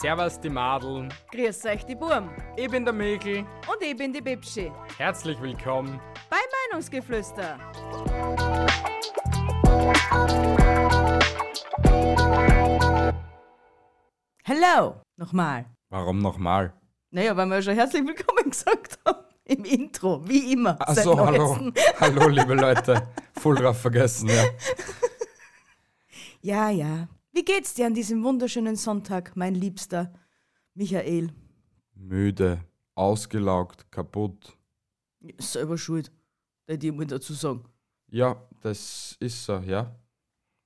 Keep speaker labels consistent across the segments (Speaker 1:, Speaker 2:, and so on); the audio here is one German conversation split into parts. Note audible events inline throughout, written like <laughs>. Speaker 1: Servus die Madeln,
Speaker 2: Grüß euch die Burm
Speaker 1: ich bin der Mikl,
Speaker 2: und ich bin die Bibschi
Speaker 1: herzlich willkommen.
Speaker 2: bei Meinungsgeflüster. Hello, nochmal.
Speaker 1: Warum nochmal?
Speaker 2: Naja, weil wir schon herzlich willkommen <laughs> gesagt haben im Intro, wie immer. seit
Speaker 1: Achso, Also, hallo,
Speaker 2: Neuestem.
Speaker 1: <laughs> hallo liebe Leute, voll drauf vergessen, ja.
Speaker 2: Ja, ja. Wie geht's dir an diesem wunderschönen Sonntag, mein liebster Michael?
Speaker 1: Müde, ausgelaugt, kaputt.
Speaker 2: Ja, Selber schuld, hätte ich mal dazu sagen.
Speaker 1: Ja, das ist so, ja.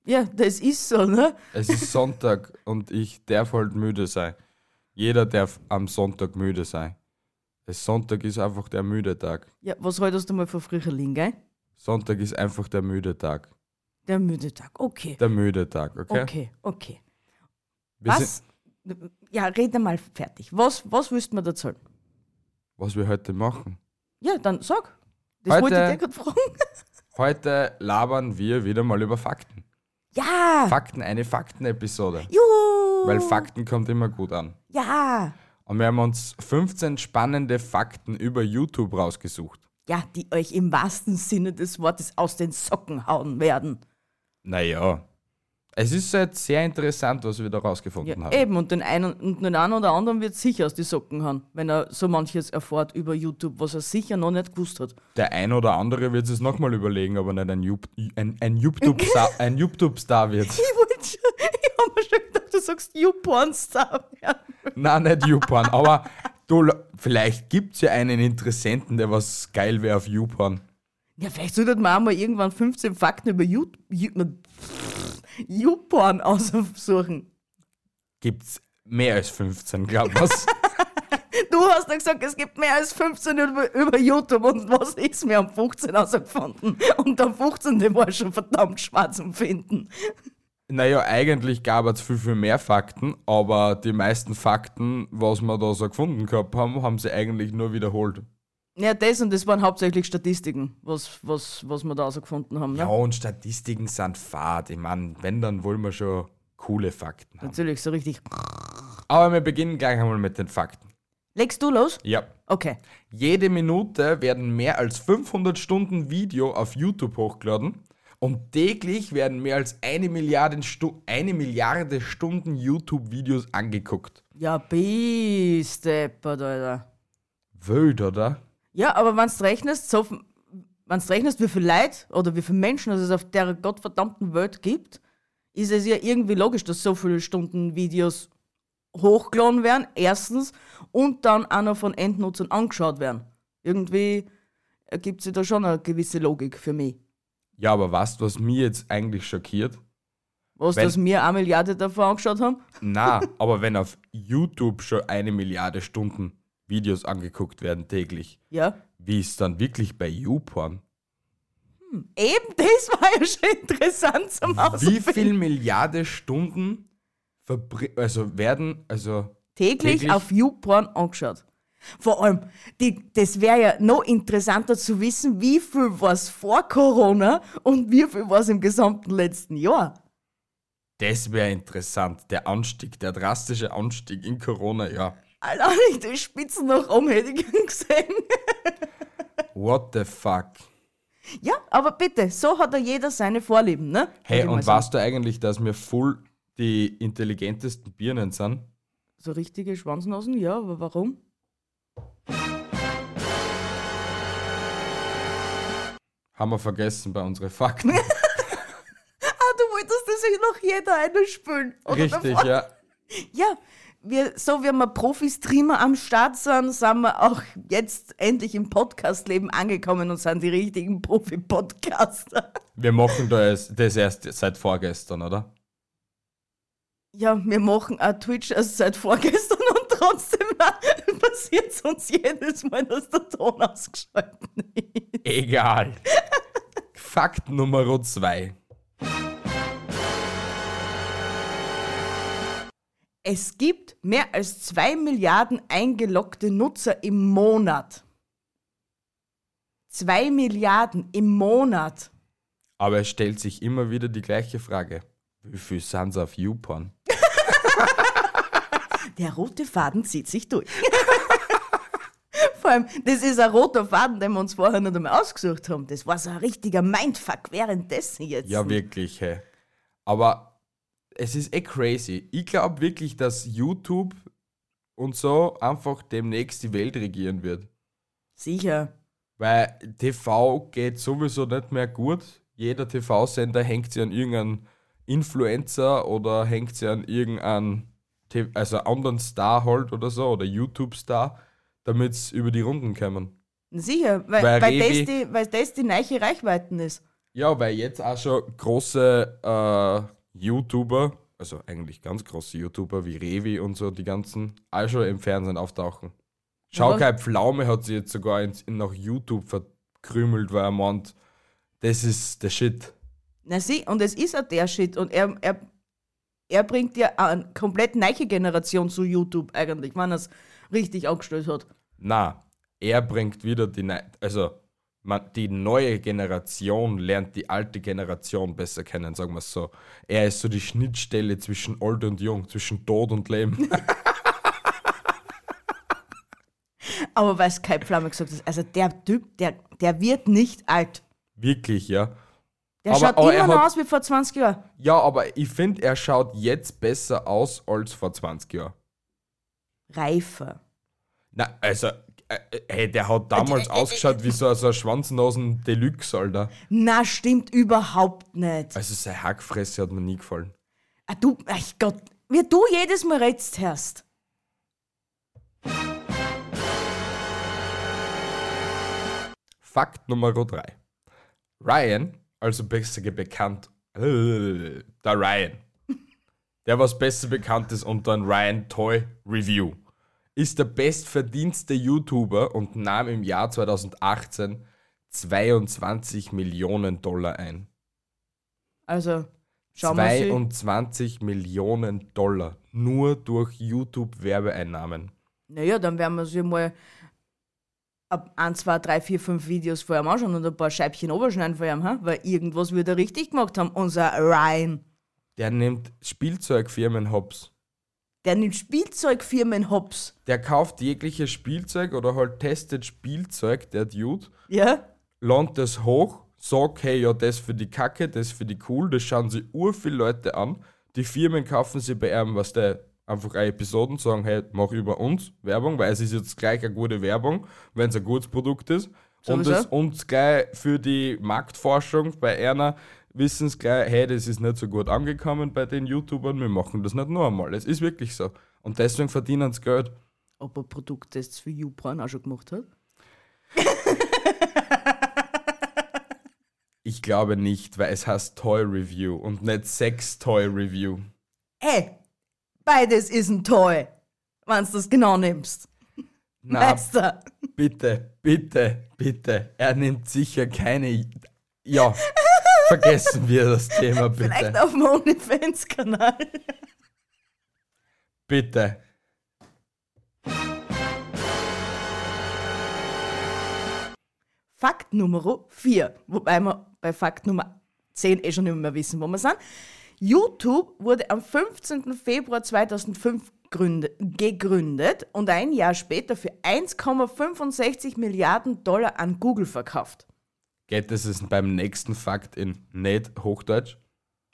Speaker 2: Ja, das ist so, ne?
Speaker 1: Es ist Sonntag und ich darf halt müde sein. Jeder darf am Sonntag müde sein. Es Sonntag ist einfach der müde Tag.
Speaker 2: Ja, was haltest du mal von Fricherling, gell?
Speaker 1: Sonntag ist einfach der müde Tag.
Speaker 2: Der müde Tag, okay.
Speaker 1: Der müde Tag, okay?
Speaker 2: Okay, okay.
Speaker 1: Wir Sind,
Speaker 2: was? Ja, red mal fertig. Was, was willst du mir dazu? sagen?
Speaker 1: was wir heute machen.
Speaker 2: Ja, dann sag. Das
Speaker 1: Heute-
Speaker 2: wollte ich dir gerade fragen. <laughs>
Speaker 1: Heute labern wir wieder mal über Fakten.
Speaker 2: ja!
Speaker 1: Fakten, eine Fakten-Episode.
Speaker 2: Juhu!
Speaker 1: Weil Fakten kommt immer gut an.
Speaker 2: Ja!
Speaker 1: Und wir haben uns 15 spannende Fakten über YouTube rausgesucht.
Speaker 2: Ja, die euch im wahrsten Sinne des Wortes aus den Socken hauen werden.
Speaker 1: Naja, es ist halt sehr interessant, was wir da rausgefunden haben.
Speaker 2: Eben, und den einen und den einen oder anderen wird sicher aus die Socken hauen, wenn er so manches erfährt über YouTube, was er sicher noch nicht gewusst hat. <laughs>
Speaker 1: Der ein oder andere wird es nochmal überlegen, ob er nicht ein, Jup- ein, ein YouTube-Star ein YouTube wird.
Speaker 2: Ich wollte schon, ich habe mir schon gedacht, du sagst YouPorn-Star werden.
Speaker 1: Nein, nicht YouPorn, aber du, vielleicht gibt es ja einen Interessenten, der was geil wäre auf YouPorn.
Speaker 2: Ja, vielleicht sollten wir auch mal irgendwann 15 Fakten über You- You- YouPorn aussuchen.
Speaker 1: Gibt's mehr als 15, glaub was?
Speaker 2: Du hast doch gesagt, es gibt mehr als 15 über, über YouTube und was ist mir am 15 herausgefunden? Und am 15. den war ich schon verdammt schwer zum Finden.
Speaker 1: Naja, eigentlich gab es viel, viel mehr Fakten, aber die meisten Fakten, was wir da so gefunden gehabt haben, haben sie eigentlich nur wiederholt.
Speaker 2: Ja, das und das waren hauptsächlich Statistiken, was, was, was wir da herausgefunden haben. Ne?
Speaker 1: Ja, und Statistiken sind fad. Ich meine, wenn, dann wollen wir schon coole Fakten haben.
Speaker 2: Natürlich, so richtig.
Speaker 1: Aber wir beginnen gleich einmal mit den Fakten.
Speaker 2: Legst du los?
Speaker 1: Ja.
Speaker 2: Okay.
Speaker 1: Jede Minute werden mehr als 500 Stunden Video auf YouTube hochgeladen und täglich werden mehr als eine Milliarde, Stu eine Milliarde Stunden YouTube-Videos angeguckt.
Speaker 2: Ja, bist deppert, Alter.
Speaker 1: Wild, oder?
Speaker 2: Ja, aber wenn du rechnest, so, wenn du rechnest, wie viel Leid oder wie viele Menschen es auf der gottverdammten Welt gibt, ist es ja irgendwie logisch, dass so viele Stunden Videos hochgeladen werden, erstens, und dann auch noch von Endnutzern angeschaut werden. Irgendwie ergibt sich da schon eine gewisse Logik für mich.
Speaker 1: Ja, aber weißt du, was mich jetzt eigentlich schockiert?
Speaker 2: Was,
Speaker 1: Wenn-
Speaker 2: dass wir eine Milliarde davon angeschaut haben?
Speaker 1: Na, aber wenn auf YouTube schon eine Milliarde Stunden Videos angeguckt werden täglich,
Speaker 2: Ja.
Speaker 1: wie ist dann wirklich bei YouPorn?
Speaker 2: Eben das war ja schon interessant zum
Speaker 1: Wie
Speaker 2: Ausfinden.
Speaker 1: viel Milliarde Stunden verbri- also werden, also
Speaker 2: täglich,
Speaker 1: Täglich?
Speaker 2: auf YouPorn angeschaut. Vor allem, die, das wäre ja noch interessanter zu wissen, wie viel war es vor Corona und wie viel war es im gesamten letzten Jahr.
Speaker 1: das wäre interessant, der Anstieg, der drastische Anstieg in Corona, ja.
Speaker 2: Allein ich die Spitzen nach oben hätte ich gern <laughs> gesehen.
Speaker 1: What the fuck?
Speaker 2: Ja, aber bitte, so hat ja jeder seine Vorlieben, ne? Würde
Speaker 1: Hey,
Speaker 2: ich mal
Speaker 1: und
Speaker 2: sagen.
Speaker 1: weißt du eigentlich, dass wir voll die intelligentesten Birnen sind?
Speaker 2: So richtige Schwanznasen, ja, aber warum?
Speaker 1: Haben wir vergessen bei unseren
Speaker 2: <laughs>
Speaker 1: Fakten.
Speaker 2: Ah, du wolltest das ja noch jeder eine spülen.
Speaker 1: Richtig, ja.
Speaker 2: Ja, wir, so wie wir Profi-Streamer am Start sind, sind wir auch jetzt endlich im Podcast-Leben angekommen und sind die richtigen Profi-Podcaster.
Speaker 1: Wir machen da es- das erst seit vorgestern, oder?
Speaker 2: ja, wir machen auch Twitch erst seit vorgestern und trotzdem passiert es uns jedes Mal, dass der Ton ausgeschalten ist.
Speaker 1: Egal. Fakt Nummer zwei.
Speaker 2: Es gibt mehr als zwei Milliarden eingeloggte Nutzer im Monat. Zwei Milliarden im Monat.
Speaker 1: Aber es stellt sich immer wieder die gleiche Frage. Wie viel sind's auf YouPorn?
Speaker 2: Der rote Faden zieht sich durch. <laughs> Vor allem, das ist ein roter Faden, den wir uns vorher nicht einmal ausgesucht haben. Das war so ein richtiger Mindfuck währenddessen jetzt.
Speaker 1: Ja, wirklich, hey. Aber es ist eh crazy. Ich glaube wirklich, dass YouTube und so einfach demnächst die Welt regieren wird.
Speaker 2: Sicher.
Speaker 1: Weil TV geht sowieso nicht mehr gut. Jeder TV-Sender hängt sie an irgendeinen Influencer oder hängt sie an irgendeinen, T- also anderen Star halt oder so, oder YouTube-Star, damit sie über die Runden kommen.
Speaker 2: Sicher, weil,
Speaker 1: Weil
Speaker 2: weil,
Speaker 1: Revi-
Speaker 2: das, die, weil das die neue Reichweiten ist.
Speaker 1: Ja, weil jetzt auch schon große äh, YouTuber, also eigentlich ganz große YouTuber wie Revi und so, die ganzen, auch schon im Fernsehen auftauchen. Schaukai Pflaume hat sich jetzt sogar ins, in, nach YouTube verkrümelt, weil er meint, das ist der Shit.
Speaker 2: Na sieh, und es ist auch der Shit. Und er, er, er bringt ja eine komplett neue Generation zu YouTube eigentlich, wenn er es richtig angestellt hat.
Speaker 1: Na, er bringt wieder die, Neu- also man, die neue Generation lernt die alte Generation besser kennen, sagen wir es so. Er ist so die Schnittstelle zwischen alt und jung, zwischen Tod und Leben.
Speaker 2: Aber weil es Kai Pflaume gesagt hat, also der Typ, der, der wird nicht alt.
Speaker 1: Wirklich, ja.
Speaker 2: Der
Speaker 1: Aber-
Speaker 2: schaut
Speaker 1: aber er
Speaker 2: immer noch
Speaker 1: hat-
Speaker 2: aus wie vor 20 Jahren.
Speaker 1: Ja, aber ich finde, er schaut jetzt besser aus als vor 20 Jahren.
Speaker 2: Reifer.
Speaker 1: Na, also, äh, äh, hey, der hat damals ausgeschaut wie so, so ein Schwanznosen Deluxe, Alter.
Speaker 2: Na, stimmt überhaupt nicht.
Speaker 1: Also, seine Hackfresse hat mir nie gefallen.
Speaker 2: Ah, du, ach Gott, wie du jedes Mal redst, hörst.
Speaker 1: Fakt Nummer 3. Ryan, also besser ge- bekannt, <laughs> äh, der Ryan, der was besser bekannt ist unter einem Ryan Toy Review, ist der bestverdienste YouTuber und nahm im Jahr 2018 22 Millionen Dollar ein.
Speaker 2: Also, schauen wir mal.
Speaker 1: 22 Millionen Dollar nur durch YouTube-Werbeeinnahmen.
Speaker 2: Naja, dann werden wir sie mal ab 1, 2, 3, 4, 5 Videos vor ihm anschauen und ein paar Scheibchen oberschneiden vor ihm, ha? weil irgendwas wird er richtig gemacht haben, unser Ryan.
Speaker 1: Der nimmt Spielzeugfirmen hops.
Speaker 2: Der nimmt Spielzeugfirmen hops.
Speaker 1: Der kauft jegliches Spielzeug oder halt testet Spielzeug, der Dude,
Speaker 2: Ja?
Speaker 1: lernt das hoch, sagt, hey, ja, das für die Kacke, das für die cool, das schauen sich ur viele Leute an. Die Firmen kaufen sie bei ihm, was der einfach eine Episoden sagen, hey, mach über uns Werbung, weil es ist jetzt gleich eine gute Werbung, wenn es ein gutes Produkt ist. Und
Speaker 2: Sowieso.
Speaker 1: es uns gleich für die Marktforschung bei einer wissen es gleich, hey, das ist nicht so gut angekommen bei den YouTubern, wir machen das nicht noch einmal. Es ist wirklich so. Und deswegen verdienen sie Geld.
Speaker 2: Ob er Produkttests für YouPorn auch schon gemacht hat?
Speaker 1: Ich glaube nicht, weil es heißt Toy Review und nicht Sex Toy Review.
Speaker 2: Ey, beides ist ein Toy, wenn du das genau nimmst.
Speaker 1: Na,
Speaker 2: Meister.
Speaker 1: bitte, bitte, bitte. Er nimmt sicher keine. Ja, vergessen wir das Thema
Speaker 2: Vielleicht
Speaker 1: bitte.
Speaker 2: auf dem OnlyFans-Kanal.
Speaker 1: Bitte.
Speaker 2: Fakt Nummer 4, wobei wir bei Fakt Nummer 10 eh schon nicht mehr wissen, wo wir sind. YouTube wurde am 15. Februar 2005 gründe- gegründet und ein Jahr später für 1,65 Milliarden Dollar an Google verkauft.
Speaker 1: Geht das ist beim nächsten Fakt in nicht Hochdeutsch?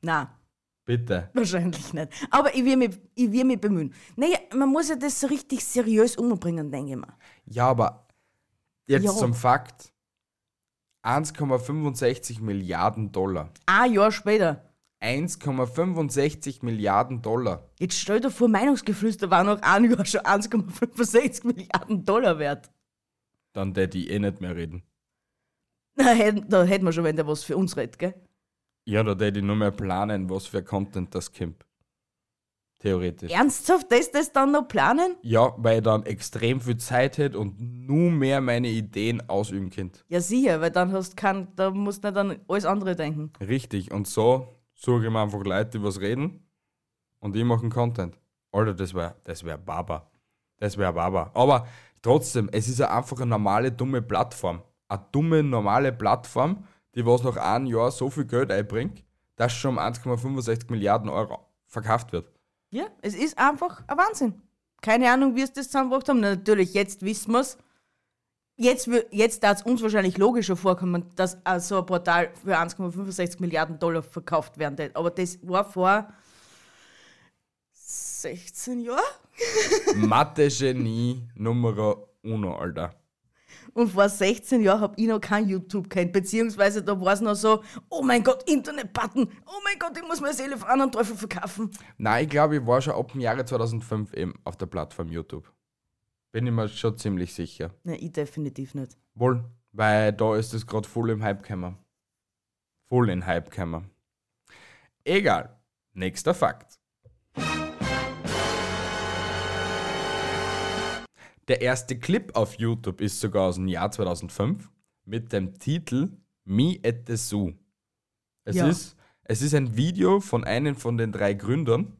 Speaker 2: Na,
Speaker 1: Bitte.
Speaker 2: wahrscheinlich nicht. Aber ich will mich, ich will mich bemühen. Naja, man muss ja das so richtig seriös umbringen, denke ich mal.
Speaker 1: Ja, aber jetzt
Speaker 2: Ja.
Speaker 1: zum Fakt. 1,65 Milliarden Dollar.
Speaker 2: Ein Jahr später.
Speaker 1: 1,65 Milliarden Dollar.
Speaker 2: Jetzt stell dir vor, Meinungsgeflüster war noch ein Jahr schon 1,65 Milliarden Dollar wert.
Speaker 1: Dann der die eh nicht mehr reden.
Speaker 2: Na, hätten- Da hätten wir schon, wenn der was für uns redet, gell?
Speaker 1: Ja, da hätte ich nur mehr planen, was für Content das kommt. Theoretisch.
Speaker 2: Ernsthaft, das, das dann noch planen?
Speaker 1: Ja, weil ich dann extrem viel Zeit hätte und nur mehr meine Ideen ausüben könnte.
Speaker 2: Ja, sicher, weil dann hast kann, da musst du nicht an alles andere denken.
Speaker 1: Richtig. Und so suche ich mir einfach Leute, die was reden und ich mache einen Content. Alter, das wäre das wär Baba. Das wäre Baba. Aber trotzdem, es ist ja einfach eine normale, dumme Plattform. Eine dumme, normale Plattform, die was nach einem Jahr so viel Geld einbringt, dass schon um 1,65 Milliarden Euro verkauft wird.
Speaker 2: Ja, es ist einfach ein Wahnsinn. Keine Ahnung, wie es das zusammengebracht haben. Na, Natürlich, jetzt wissen wir es. Jetzt, wür- jetzt darf es uns wahrscheinlich logischer vorkommen, dass äh, so ein Portal für 1,65 Milliarden Dollar verkauft werden tät. Aber das war vor 16 Jahren.
Speaker 1: Mathe-Genie Nummer uno, Alter.
Speaker 2: Und vor 16 Jahren habe ich noch kein YouTube kennt, beziehungsweise da war es noch so, oh mein Gott, Internet-Button, oh mein Gott, ich muss meine Seele für anderen Teufel verkaufen.
Speaker 1: Nein, ich glaube, ich war schon ab dem Jahre 2005 eben auf der Plattform YouTube. Bin ich mir schon ziemlich sicher.
Speaker 2: Nein, ich definitiv nicht. <laughs>
Speaker 1: Wohl, weil da ist es gerade voll im Hype gekommen. Voll in Hype gekommen. Egal. Nächster Fakt. Der erste Clip auf YouTube ist sogar aus dem Jahr 2005 mit dem Titel Me at the Zoo. Es,
Speaker 2: Ja.
Speaker 1: ist, es ist ein Video von einem von den drei Gründern.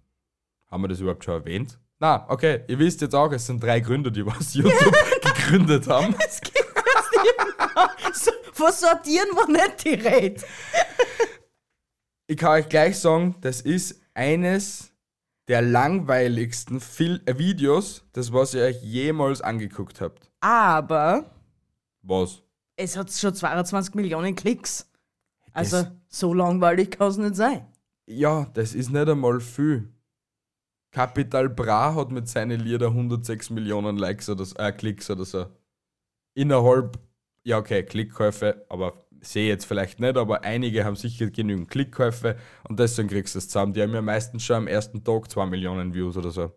Speaker 1: Haben wir das überhaupt schon erwähnt? Na, okay, ihr wisst jetzt auch, es sind drei Gründer, die was <laughs> YouTube gegründet haben.
Speaker 2: Das geht jetzt nicht mehr. So, Was sortieren wir nicht die Rede?
Speaker 1: ich kann euch gleich sagen, das ist eines der langweiligsten Fil äh, Videos, das was ihr euch jemals angeguckt habt.
Speaker 2: Aber
Speaker 1: Was?
Speaker 2: es hat schon 22 Millionen Klicks. Also
Speaker 1: Das-
Speaker 2: so langweilig kann es nicht sein.
Speaker 1: Ja, das ist nicht einmal viel. Capital Bra hat mit seinen Liedern 106 Millionen Likes oder so, äh, Klicks oder so. Innerhalb, ja okay, Klickkäufe, aber sehe jetzt vielleicht nicht, aber einige haben sicher genügend Klickkäufe und deswegen kriegst du es zusammen. Die haben ja meistens schon am ersten Tag 2 Millionen Views oder so.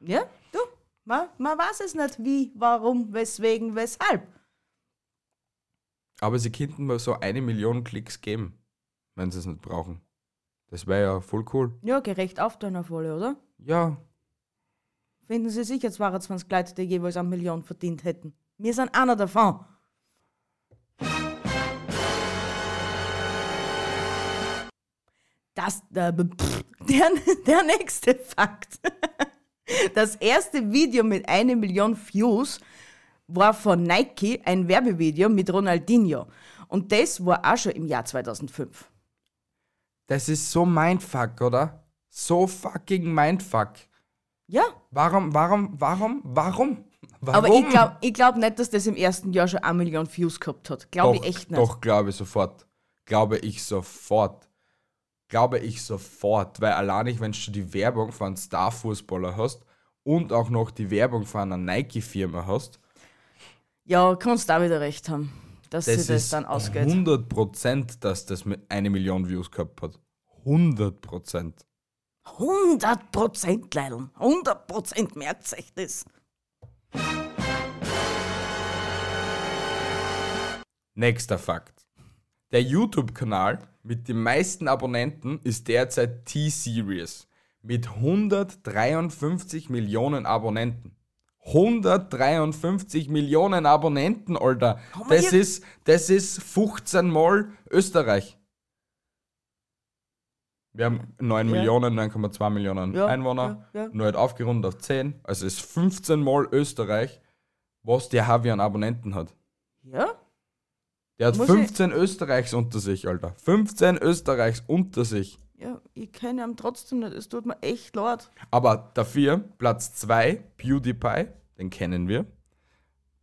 Speaker 2: Ja, du, man, man weiß es nicht, wie, warum, weswegen, weshalb.
Speaker 1: Aber sie könnten mal so eine Million Klicks geben, wenn sie es nicht brauchen. Das wäre ja voll cool.
Speaker 2: Ja, gerecht aufteilen auf alle, oder?
Speaker 1: Ja,
Speaker 2: Finden Sie sicher 22 Leute, die jeweils eine Million verdient hätten. Wir sind einer davon. Das, äh, pff, <laughs> der, der nächste Fakt. <laughs> Das erste Video mit einer Million Views war von Nike ein Werbevideo mit Ronaldinho. Und das war auch schon im Jahr 2005.
Speaker 1: das ist so mindfuck, oder? So fucking mindfuck.
Speaker 2: Ja,
Speaker 1: Warum, warum, warum, warum? warum?
Speaker 2: aber ich glaube ich glaub nicht, dass das im ersten Jahr schon eine Million Views gehabt hat. Glaube ich echt nicht.
Speaker 1: Doch, glaube ich sofort. Glaube ich sofort. Glaube ich sofort. Weil allein ich, wenn du die Werbung von einem Star-Fußballer hast und auch noch die Werbung von einer Nike-Firma hast,
Speaker 2: Ja, kannst da wieder recht haben, dass
Speaker 1: das
Speaker 2: sie das
Speaker 1: ist
Speaker 2: dann ausgeht.
Speaker 1: 100 Prozent, dass das mit eine Million Views gehabt hat. 100 Prozent.
Speaker 2: 100 Prozent, Leideln. 100 Prozent merkt sich das.
Speaker 1: Nächster Fakt. Der YouTube-Kanal mit den meisten Abonnenten ist derzeit T-Series mit 153 Millionen Abonnenten. 153 Millionen Abonnenten, Alter.
Speaker 2: Haben wir
Speaker 1: Das
Speaker 2: hier-
Speaker 1: ist, das ist 15 Mal Österreich. Wir haben 9
Speaker 2: Ja.
Speaker 1: Millionen, 9,2 Millionen
Speaker 2: Ja,
Speaker 1: Einwohner.
Speaker 2: ja, ja.
Speaker 1: Nur halt aufgerundet auf 10. Also ist 15 Mal Österreich, was der Javi an Abonnenten hat.
Speaker 2: Ja?
Speaker 1: Der hat
Speaker 2: Muss ich-
Speaker 1: 15 Österreichs unter sich, Alter. 15 Österreichs unter sich.
Speaker 2: Ja, ich kenne ihn trotzdem nicht. Es tut mir echt leid.
Speaker 1: Aber dafür Platz 2, PewDiePie, den kennen wir.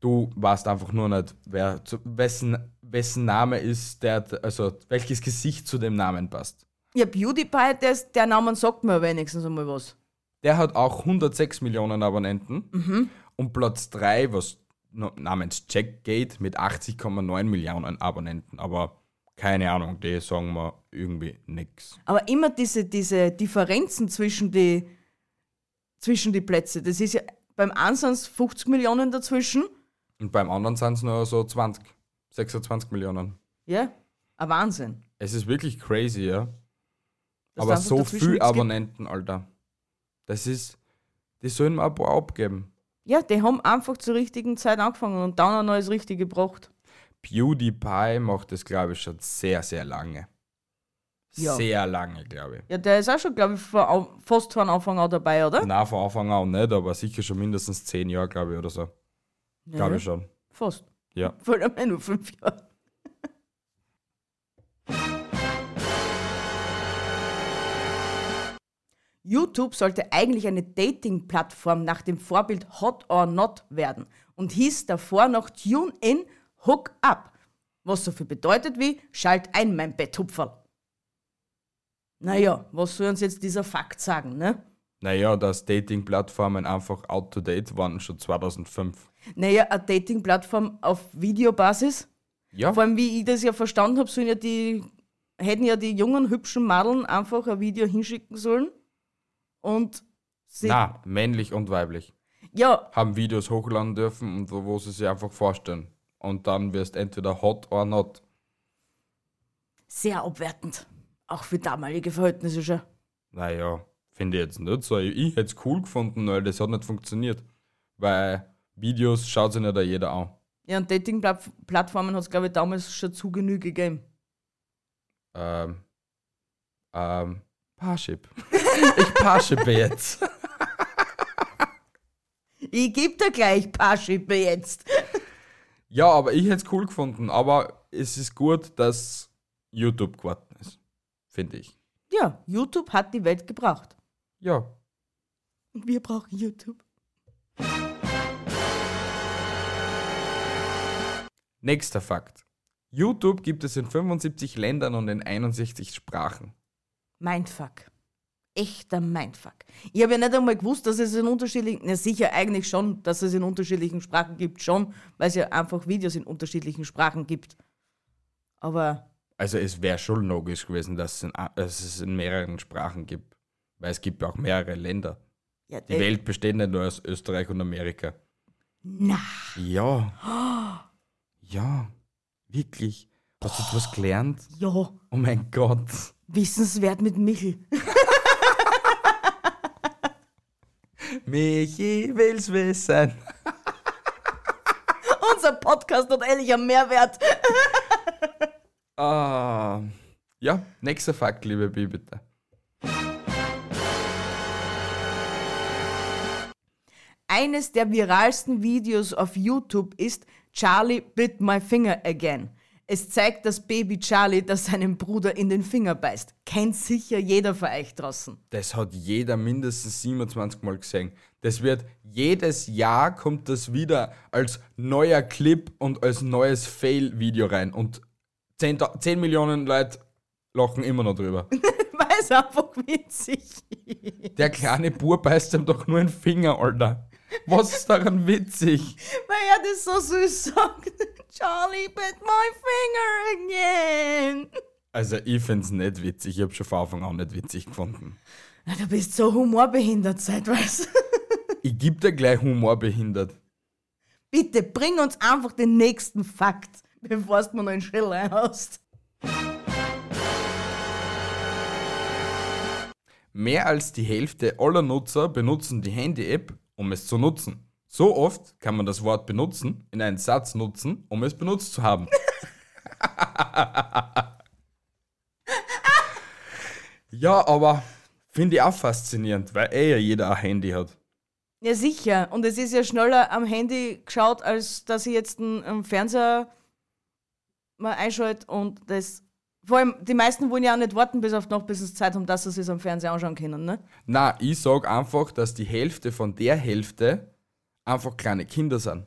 Speaker 1: Du weißt einfach nur nicht, wer zu, wessen, wessen Name ist, der, also welches Gesicht zu dem Namen passt.
Speaker 2: Ja, PewDiePie, der, ist- der Name sagt mir wenigstens einmal was.
Speaker 1: Der hat auch 106 Millionen Abonnenten.
Speaker 2: Mhm.
Speaker 1: Und Platz 3, was no- namens Checkgate mit 80,9 Millionen Abonnenten. Aber keine Ahnung, die sagen wir irgendwie nix.
Speaker 2: Aber immer diese, diese Differenzen zwischen die, zwischen die Plätze. Das ist ja beim Ansatz 50 Millionen dazwischen.
Speaker 1: Und beim anderen sind es nur so 20, 26 Millionen.
Speaker 2: Ja, ein Wahnsinn.
Speaker 1: Es ist wirklich crazy, ja.
Speaker 2: Dass
Speaker 1: Aber
Speaker 2: da einfach
Speaker 1: so
Speaker 2: dazwischen
Speaker 1: viel
Speaker 2: nichts gibt.
Speaker 1: Abonnenten, Alter. Das ist, die sollen mir ein paar abgeben.
Speaker 2: Ja, die haben einfach zur richtigen Zeit angefangen und dann auch noch das Richtige gebracht.
Speaker 1: PewDiePie macht das, glaube ich, schon sehr, sehr lange.
Speaker 2: Ja.
Speaker 1: Sehr lange, glaube ich.
Speaker 2: Ja, der ist auch schon, glaube ich, von, au- fast von Anfang an dabei, oder?
Speaker 1: Na, von Anfang an nicht, aber sicher schon mindestens zehn Jahre, glaube ich, oder so. Glaube ich schon.
Speaker 2: Fast.
Speaker 1: Ja.
Speaker 2: Vor allem nur fünf Jahre. YouTube sollte eigentlich eine Dating-Plattform nach dem Vorbild Hot or Not werden und hieß davor noch Tune In, Hook Up, was so viel bedeutet wie Schalt ein, mein Betthupferl. Naja, was soll uns jetzt dieser Fakt sagen, ne?
Speaker 1: Naja, dass Dating-Plattformen einfach out to date waren, schon 2005.
Speaker 2: Naja, eine Dating-Plattform auf Videobasis
Speaker 1: Ja,
Speaker 2: Vor allem, wie ich das ja verstanden habe, sollen ja die, hätten ja die jungen, hübschen Madeln einfach ein Video hinschicken sollen. Und sie.
Speaker 1: na, männlich und weiblich.
Speaker 2: Ja,
Speaker 1: Haben Videos hochladen dürfen und wo, wo sie sich einfach vorstellen. Und dann wirst entweder hot or not.
Speaker 2: sehr abwertend. Auch für damalige Verhältnisse schon.
Speaker 1: Naja, finde ich jetzt nicht so. Ich, ich hätte es cool gefunden, weil das hat nicht funktioniert. Weil Videos schaut sich nicht jeder an.
Speaker 2: Ja, und Dating-Plattformen hat es, glaube ich, damals schon zu Genüge gegeben.
Speaker 1: Ähm, ähm, Parship. ich Parshippe jetzt.
Speaker 2: Ich geb dir gleich Parschippe jetzt.
Speaker 1: Ja, aber ich hätte es cool gefunden. Aber es ist gut, dass YouTube geworden ist. Finde ich.
Speaker 2: Ja, YouTube hat die Welt gebraucht.
Speaker 1: Ja.
Speaker 2: Und wir brauchen YouTube.
Speaker 1: Nächster Fakt. YouTube gibt es in 75 Ländern und in 61 Sprachen.
Speaker 2: Mindfuck. Echter Mindfuck. Ich habe ja nicht einmal gewusst, dass es in unterschiedlichen, na sicher eigentlich schon, dass es in unterschiedlichen Sprachen gibt, schon, weil es ja einfach Videos in unterschiedlichen Sprachen gibt. Aber
Speaker 1: Also es wäre schon logisch gewesen, dass es, in, a- dass es in mehreren Sprachen gibt. Weil es gibt ja auch mehrere Länder.
Speaker 2: ja,
Speaker 1: Die
Speaker 2: äh,
Speaker 1: Welt besteht nicht nur aus Österreich und Amerika.
Speaker 2: Na,
Speaker 1: Ja. Ja. Wirklich. Hast du etwas gelernt?
Speaker 2: ja,
Speaker 1: Oh mein Gott.
Speaker 2: wissenswert mit Michel. <laughs>
Speaker 1: Michi will's wissen.
Speaker 2: Unser Podcast hat ehrlich einen Mehrwert.
Speaker 1: Ah. Ja, nächster Fakt, liebe Bi, bitte.
Speaker 2: Eines der viralsten Videos auf YouTube ist Charlie bit my finger again. Es zeigt das Baby Charlie, das seinem Bruder in den Finger beißt. Kennt sicher jeder von euch draußen.
Speaker 1: Das hat jeder mindestens 27 Mal gesehen. Das wird jedes Jahr kommt das wieder als neuer Clip und als neues Fail-Video rein. Und 10, Ta- 10 Millionen Leute lachen immer noch drüber.
Speaker 2: weil es einfach witzig ist.
Speaker 1: Der kleine Bub beißt ihm doch nur einen Finger, Alter. Was ist daran witzig?
Speaker 2: Weil er das so süß sagt. Charlie bit my finger again.
Speaker 1: Also ich find's nicht witzig. Ich hab's schon von Anfang an nicht witzig gefunden.
Speaker 2: Na, du bist so humorbehindert zeitweise.
Speaker 1: Ich geb dir gleich humorbehindert.
Speaker 2: <laughs> Bitte bring uns einfach den nächsten Fakt, bevor du mir noch einen Schill einhaust.
Speaker 1: Mehr als die Hälfte aller Nutzer benutzen die Handy-App, um es zu nutzen. So oft kann man das Wort benutzen in einen Satz nutzen, um es benutzt zu haben. <laughs> ja, aber finde ich auch faszinierend, weil eh ja jeder ein Handy hat.
Speaker 2: Ja, sicher. Und es ist ja schneller am Handy geschaut, als dass ich jetzt einen, einen Fernseher mal einschalte und das. Vor allem, die meisten wollen ja auch nicht warten, bis auf noch bis es Zeit haben, dass sie es am Fernseher anschauen können, ne?
Speaker 1: Na, ich sag einfach, dass die Hälfte von der Hälfte einfach kleine Kinder sind,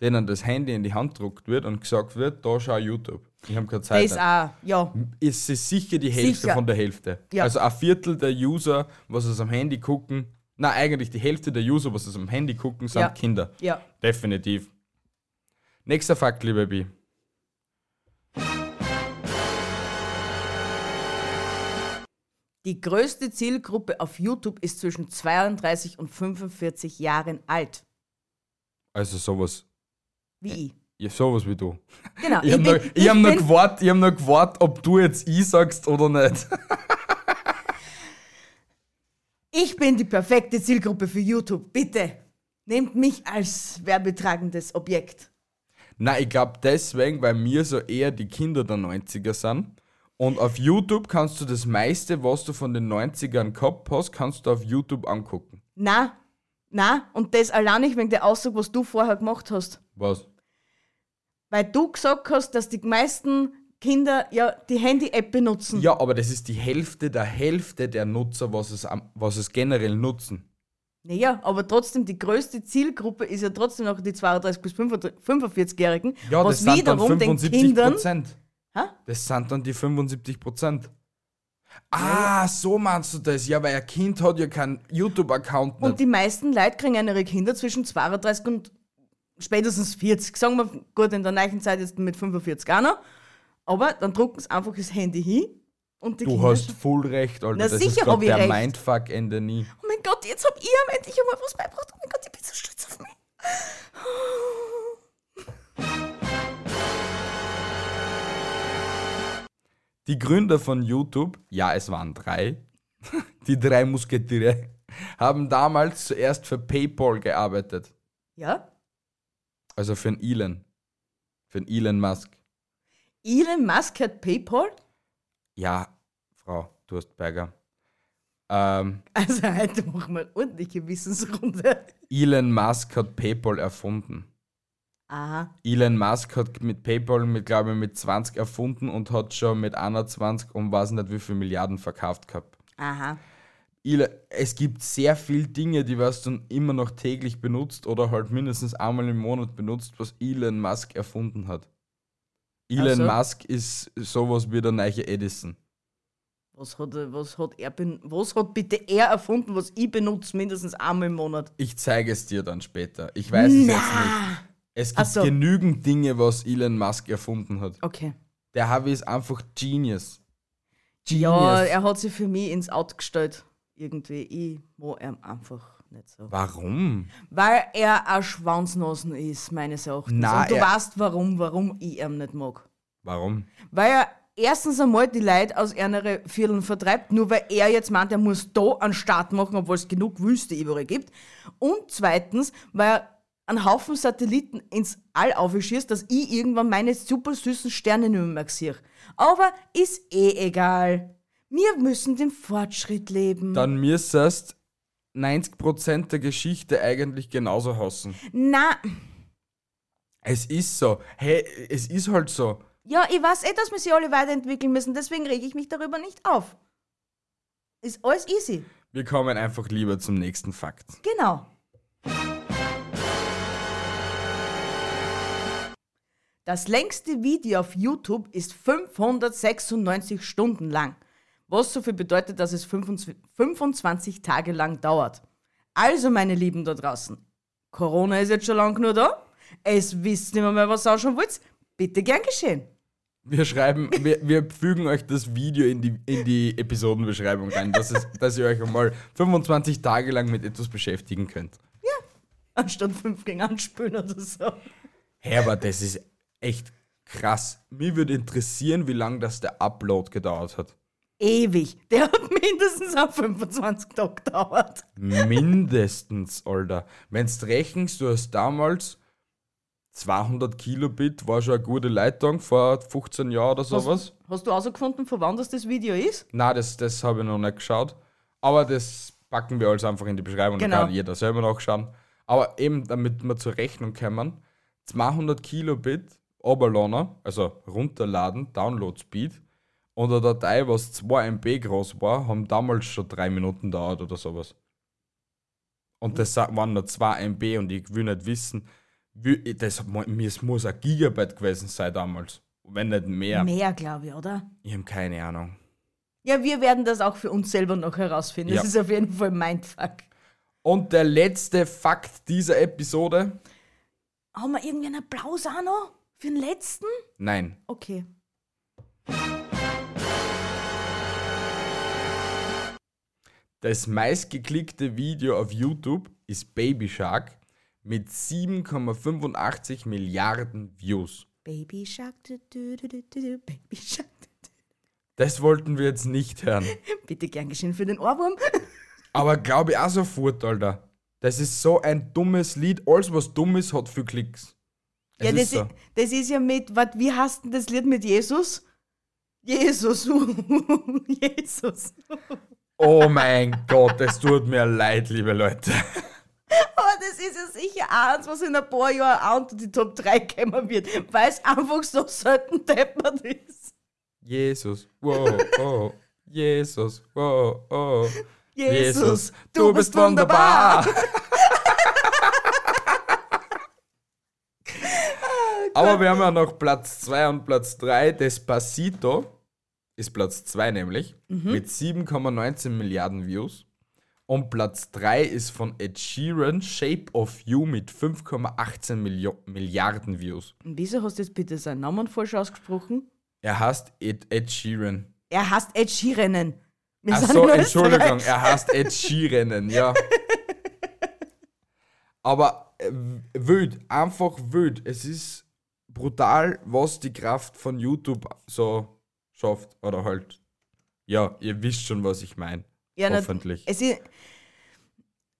Speaker 1: denen das Handy in die Hand gedruckt wird und gesagt wird, da schau YouTube. Ich habe keine Zeit.
Speaker 2: Das auch, ja.
Speaker 1: ist es sicher die Hälfte
Speaker 2: Sicher.
Speaker 1: von der Hälfte.
Speaker 2: Ja.
Speaker 1: Also ein Viertel der User, was es am Handy gucken, na eigentlich die Hälfte der User, was es am Handy gucken, sind
Speaker 2: Ja.
Speaker 1: Kinder.
Speaker 2: Ja.
Speaker 1: Definitiv. Nächster Fakt, liebe Bi.
Speaker 2: Die größte Zielgruppe auf YouTube ist zwischen 32 und 45 Jahren alt.
Speaker 1: Also sowas,
Speaker 2: Wie ich.
Speaker 1: ja, sowas wie du.
Speaker 2: Genau.
Speaker 1: Ich habe noch, ich hab noch gewartet, ich hab noch <laughs> gewartet, ob du jetzt ich sagst oder nicht.
Speaker 2: Ich bin die perfekte Zielgruppe für YouTube. Bitte nehmt mich als werbetragendes Objekt.
Speaker 1: Na, ich glaube deswegen, weil mir so eher die Kinder der 90er sind. Und auf YouTube kannst du das meiste, was du von den 90ern gehabt hast, kannst du auf YouTube angucken.
Speaker 2: Na, na, und das allein nicht wegen der Aussage, was du vorher gemacht hast.
Speaker 1: Was?
Speaker 2: Weil du gesagt hast, dass die meisten Kinder ja die Handy-App benutzen.
Speaker 1: <laughs> Ja, aber das ist die Hälfte der Hälfte der Nutzer, was es, am- was es generell nutzen.
Speaker 2: Naja, aber trotzdem die größte Zielgruppe ist ja trotzdem noch die 32 bis 45-Jährigen,
Speaker 1: Ja,
Speaker 2: was
Speaker 1: das sind dann
Speaker 2: wiederum den
Speaker 1: 75
Speaker 2: Kindern.
Speaker 1: Prozent.
Speaker 2: Hä?
Speaker 1: Das sind dann die 75 Prozent. Ah, so meinst du das? Ja, weil ein Kind hat ja keinen YouTube-Account.
Speaker 2: Und
Speaker 1: nicht.
Speaker 2: die meisten Leute kriegen ihre Kinder zwischen 32 und spätestens 40. Sagen wir, gut, in der neuen Zeit jetzt mit 45 auch noch. Aber dann drucken sie einfach das Handy hin und die
Speaker 1: Du
Speaker 2: Kinder.
Speaker 1: hast voll recht, Alter.
Speaker 2: Na,
Speaker 1: das ist
Speaker 2: sicher
Speaker 1: glaub,
Speaker 2: hab ich
Speaker 1: der
Speaker 2: recht.
Speaker 1: Mindfuck-Ende nie.
Speaker 2: oh mein Gott, jetzt hab ich am Ende einmal was beibracht. Oh mein Gott, ich bin so stolz auf mich.
Speaker 1: Die Gründer von YouTube, ja, es waren drei, <laughs> die drei Musketiere, <laughs> haben damals zuerst für PayPal gearbeitet.
Speaker 2: Ja,
Speaker 1: Also für einen Elon. Für einen Elon Musk.
Speaker 2: Elon Musk hat PayPal.
Speaker 1: Ja, Frau Durstberger. Ähm,
Speaker 2: Also heute machen wir eine ordentliche Wissensrunde.
Speaker 1: Elon Musk hat PayPal erfunden.
Speaker 2: Aha.
Speaker 1: Elon Musk hat mit PayPal, mit, glaube ich, mit 20 erfunden und hat schon mit 21 um weiß nicht wie viel Milliarden verkauft gehabt.
Speaker 2: Aha.
Speaker 1: Elon, es gibt sehr viele Dinge, die was du immer noch täglich benutzt oder halt mindestens einmal im Monat benutzt, was Elon Musk erfunden hat. Elon
Speaker 2: Ach so.
Speaker 1: Musk ist sowas wie der neue Edison.
Speaker 2: Was hat, er- was, hat er, ben- was hat bitte er erfunden, was ich benutze mindestens einmal im Monat?
Speaker 1: Ich zeige es dir dann später. Ich weiß es jetzt nicht. Es
Speaker 2: Ach
Speaker 1: gibt
Speaker 2: so.
Speaker 1: genügend Dinge, was Elon Musk erfunden hat.
Speaker 2: Okay.
Speaker 1: Der Harvey ist einfach Genius. Genius.
Speaker 2: Ja, er hat sich für mich ins Out gestellt. Irgendwie, ich mag ihn einfach nicht so.
Speaker 1: Warum?
Speaker 2: Weil er ein Schwanznosen ist, meines Erachtens.
Speaker 1: Na,
Speaker 2: Und du
Speaker 1: er-
Speaker 2: weißt, warum, warum ich ihn nicht mag.
Speaker 1: Warum?
Speaker 2: Weil er erstens einmal die Leute aus ihren Vierteln vertreibt, nur weil er jetzt meint, er muss da einen Start machen, obwohl es genug Wüste überall gibt. Und zweitens, weil er einen Haufen Satelliten ins All aufschießt, dass ich irgendwann meine super süßen Sterne nicht mehr sehe. Aber ist eh egal. Wir müssen den Fortschritt leben.
Speaker 1: Dann müsstest 90% der Geschichte eigentlich genauso hassen.
Speaker 2: Na,
Speaker 1: Es ist so. Hey, es ist halt so.
Speaker 2: ja, ich weiß eh, dass wir sie alle weiterentwickeln müssen, deswegen reg ich mich darüber nicht auf. Ist alles easy.
Speaker 1: Wir kommen einfach lieber zum nächsten Fakt.
Speaker 2: Genau. Das längste Video auf YouTube ist 596 Stunden lang, was so viel bedeutet, dass es 25 25 Tage lang dauert. Also, meine Lieben da draußen, Corona ist jetzt schon lang nur da. Es wisst nicht mehr, was auch schon wollt. Bitte gern geschehen.
Speaker 1: Wir
Speaker 2: <laughs>
Speaker 1: schreiben, wir, wir fügen euch das Video in die, in die Episodenbeschreibung rein, dass, es, dass ihr euch einmal 25 Tage lang mit etwas beschäftigen könnt.
Speaker 2: Anstatt fünf gegen anspülen oder so.
Speaker 1: Hey, aber das ist echt krass. Mir würde interessieren, wie lange das der Upload gedauert hat.
Speaker 2: Ewig. Der hat mindestens auch 25 Tage gedauert.
Speaker 1: Mindestens, Alter. Wenn du rechnest, du hast damals 200 Kilobit, war schon eine gute Leitung vor 15 Jahren oder sowas.
Speaker 2: Hast du herausgefunden, von wann das, das Video ist?
Speaker 1: Nein, das, das habe ich noch nicht geschaut. Aber das packen wir alles einfach in die Beschreibung. Da
Speaker 2: Genau.
Speaker 1: kann jeder selber nachschauen. Aber eben, damit wir zur Rechnung kommen, 200 Kilobit Oberlohner, also runterladen, Download Speed, und eine Datei, was 2 MB groß war, haben damals schon 3 Minuten dauert oder sowas. Und das sa- waren nur 2 MB und ich will nicht wissen, wie, das, es muss ein Gigabyte gewesen sein damals. Wenn nicht mehr.
Speaker 2: Mehr, glaube ich, oder?
Speaker 1: Ich habe keine Ahnung.
Speaker 2: Ja, wir werden das auch für uns selber noch herausfinden.
Speaker 1: Ja.
Speaker 2: Das ist auf jeden Fall Mindfuck.
Speaker 1: Und der letzte Fakt dieser Episode.
Speaker 2: Haben wir irgendwie einen Applaus auch noch? Für den letzten?
Speaker 1: Nein.
Speaker 2: Okay.
Speaker 1: Das meistgeklickte Video auf YouTube ist Baby Shark mit 7,85 Milliarden Views.
Speaker 2: Baby Shark, du, du, du, du, du, du, Baby Shark. Du,
Speaker 1: Das wollten wir jetzt nicht hören.
Speaker 2: du. Bitte gern geschehen für den Ohrwurm.
Speaker 1: Aber glaube ich auch sofort, Alter. Das ist so ein dummes Lied. Alles, was dumm ist, hat viel Klicks. Es
Speaker 2: <laughs> Ja, das,
Speaker 1: ist so.
Speaker 2: i- das ist ja mit, wat, wie heißt denn das Lied mit Jesus? Jesus. <laughs> Jesus.
Speaker 1: Oh mein Gott, es tut mir leid, liebe Leute.
Speaker 2: Aber das ist ja sicher eins, was in ein paar Jahren auch unter die Top 3 kommen wird, weil es einfach so selten deppert ist.
Speaker 1: Jesus, wow, oh, Jesus, wow, oh.
Speaker 2: Jesus, du bist wunderbar.
Speaker 1: <laughs> Aber wir haben ja noch Platz 2 und Platz 3. Despacito ist Platz 2 nämlich mit 7,19 Milliarden Views. Und Platz 3 ist von Ed Sheeran Shape of You mit 5,18 Millio Milliarden Views.
Speaker 2: Und wieso hast du jetzt bitte seinen Namen falsch ausgesprochen?
Speaker 1: Er heißt Ed, Ed Sheeran.
Speaker 2: Er heißt Ed Sheeranen. Wir
Speaker 1: Ach
Speaker 2: sind
Speaker 1: so,
Speaker 2: in Österreich.
Speaker 1: Entschuldigung, er heißt Ed Sheeranen, ja. Aber äh, wild, einfach wild. Es ist brutal, was die Kraft von YouTube so schafft. Oder halt, ja, ihr wisst schon, was ich meine.
Speaker 2: Ja, na,
Speaker 1: Hoffentlich.
Speaker 2: Es ist,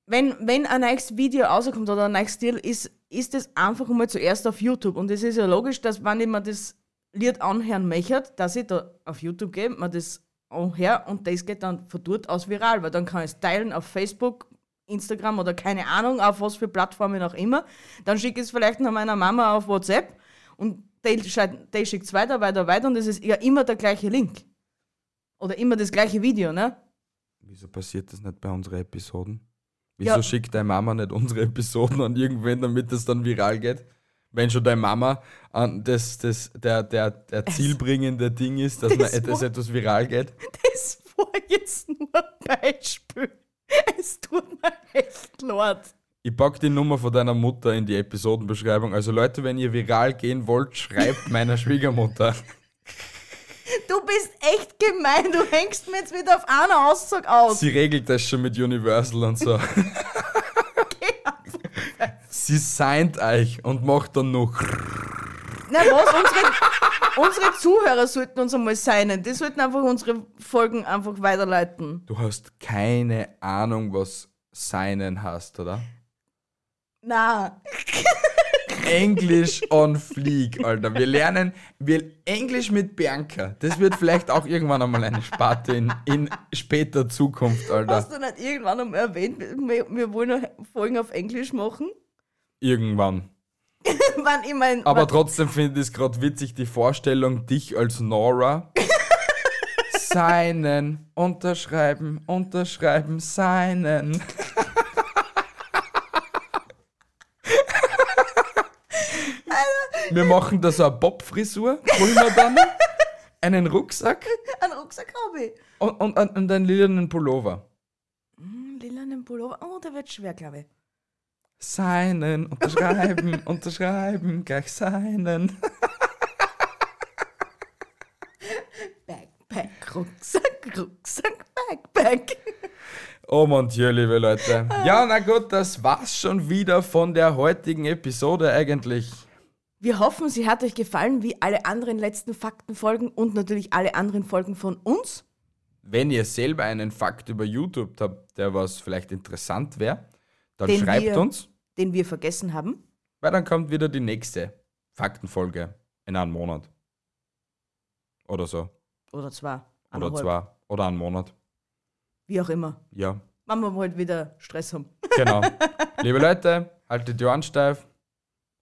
Speaker 2: wenn, wenn ein neues Video rauskommt oder ein neues Stil, ist, ist das einfach mal zuerst auf YouTube. Und es ist ja logisch, dass wenn ich mir das Lied anhören möchte, dass ich da auf YouTube gehe, mir das anhöre und das geht dann von dort aus viral, weil dann kann ich es teilen auf Facebook, Instagram oder keine Ahnung, auf was für Plattformen auch immer. Dann schicke ich es vielleicht noch meiner Mama auf WhatsApp und die, schickt- die schickt es weiter, weiter, weiter und es ist ja immer der gleiche Link. Oder immer das gleiche Video, ne?
Speaker 1: Wieso passiert das nicht bei unseren Episoden? Wieso
Speaker 2: Ja.
Speaker 1: schickt deine Mama nicht unsere Episoden an irgendwen, damit das dann viral geht? Wenn schon deine Mama an das, das, der, der, der zielbringende Ding ist, dass man
Speaker 2: <laughs> das
Speaker 1: etwas,
Speaker 2: war-
Speaker 1: etwas viral geht.
Speaker 2: Das war jetzt nur ein Beispiel. Es tut mir echt leid.
Speaker 1: Ich pack die Nummer von deiner Mutter in die Episodenbeschreibung. Also Leute, wenn ihr viral gehen wollt, schreibt meiner Schwiegermutter.
Speaker 2: Du bist echt gemein. Du hängst mir jetzt wieder auf einer Aussage aus.
Speaker 1: Sie regelt das schon mit Universal und so. Sie signed euch und macht dann noch.
Speaker 2: Na was, unsere, unsere Zuhörer sollten uns einmal sein. Die sollten einfach unsere Folgen einfach weiterleiten.
Speaker 1: Du hast keine Ahnung, was signen hast, oder?
Speaker 2: Na,
Speaker 1: Englisch on Fleek, Alter. Wir lernen wir Englisch mit Bianca. Das wird vielleicht auch irgendwann einmal eine Sparte in, in später Zukunft, Alter.
Speaker 2: hast du nicht irgendwann einmal erwähnt, wir, wir wollen noch Folgen auf Englisch machen? <laughs>
Speaker 1: Irgendwann.
Speaker 2: Wann ich mein,
Speaker 1: Aber
Speaker 2: wann-
Speaker 1: trotzdem finde ich es gerade witzig, die Vorstellung, dich als Nora. seinen, unterschreiben, unterschreiben, seinen. Wir machen da so eine Bob-Frisur, holen wir dann einen Rucksack
Speaker 2: einen Rucksack habe ich.
Speaker 1: und, und, und einen lilanen Pullover.
Speaker 2: Hm, Lilanen Pullover. Oh, der wird schwer, glaube ich.
Speaker 1: Seinen, unterschreiben, <laughs> unterschreiben, gleich seinen.
Speaker 2: Backpack, Rucksack, Rucksack, Backpack.
Speaker 1: Oh mon Dieu, liebe
Speaker 2: <laughs>
Speaker 1: Leute. Ja, na gut, das war's schon wieder von der heutigen Episode eigentlich.
Speaker 2: Wir hoffen, sie hat euch gefallen, wie alle anderen letzten Faktenfolgen und natürlich alle anderen Folgen von uns.
Speaker 1: Wenn ihr selber einen Fakt über YouTube habt, der was vielleicht interessant wäre, dann
Speaker 2: Den
Speaker 1: schreibt
Speaker 2: wir-
Speaker 1: uns,
Speaker 2: Den wir vergessen haben.
Speaker 1: weil dann kommt wieder die nächste Faktenfolge in einem Monat. Oder so.
Speaker 2: Oder zwar.
Speaker 1: Oder
Speaker 2: anderthalb.
Speaker 1: zwei. Oder einen Monat.
Speaker 2: Wie auch immer.
Speaker 1: Ja,
Speaker 2: Wenn wir halt wieder Stress haben. <laughs>
Speaker 1: genau. liebe Leute, haltet die Ohren steif.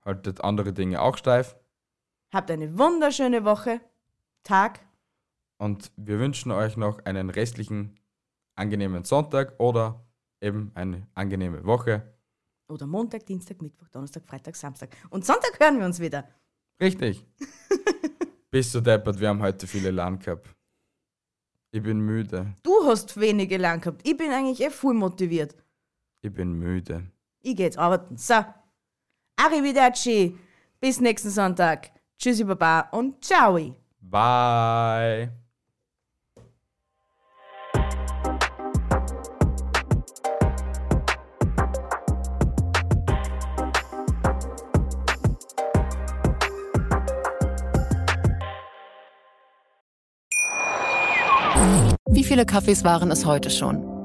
Speaker 1: Haltet andere Dinge auch steif.
Speaker 2: Habt eine wunderschöne Woche, Tag.
Speaker 1: Und wir wünschen euch noch einen restlichen angenehmen Sonntag oder eben eine angenehme Woche.
Speaker 2: Oder Montag, Dienstag, Mittwoch, Donnerstag, Freitag, Samstag. Und Sonntag hören wir uns wieder.
Speaker 1: Richtig. Bist du deppert, wir haben heute viele Lern gehabt. Ich bin müde.
Speaker 2: Du hast wenige lang gehabt. Ich bin eigentlich eh voll motiviert.
Speaker 1: Ich bin müde.
Speaker 2: Ich geh jetzt arbeiten. So. Arrivederci. Bis nächsten Sonntag. Tschüssi, Baba und ciao.
Speaker 1: Bye.
Speaker 3: Wie viele Kaffees waren es heute schon?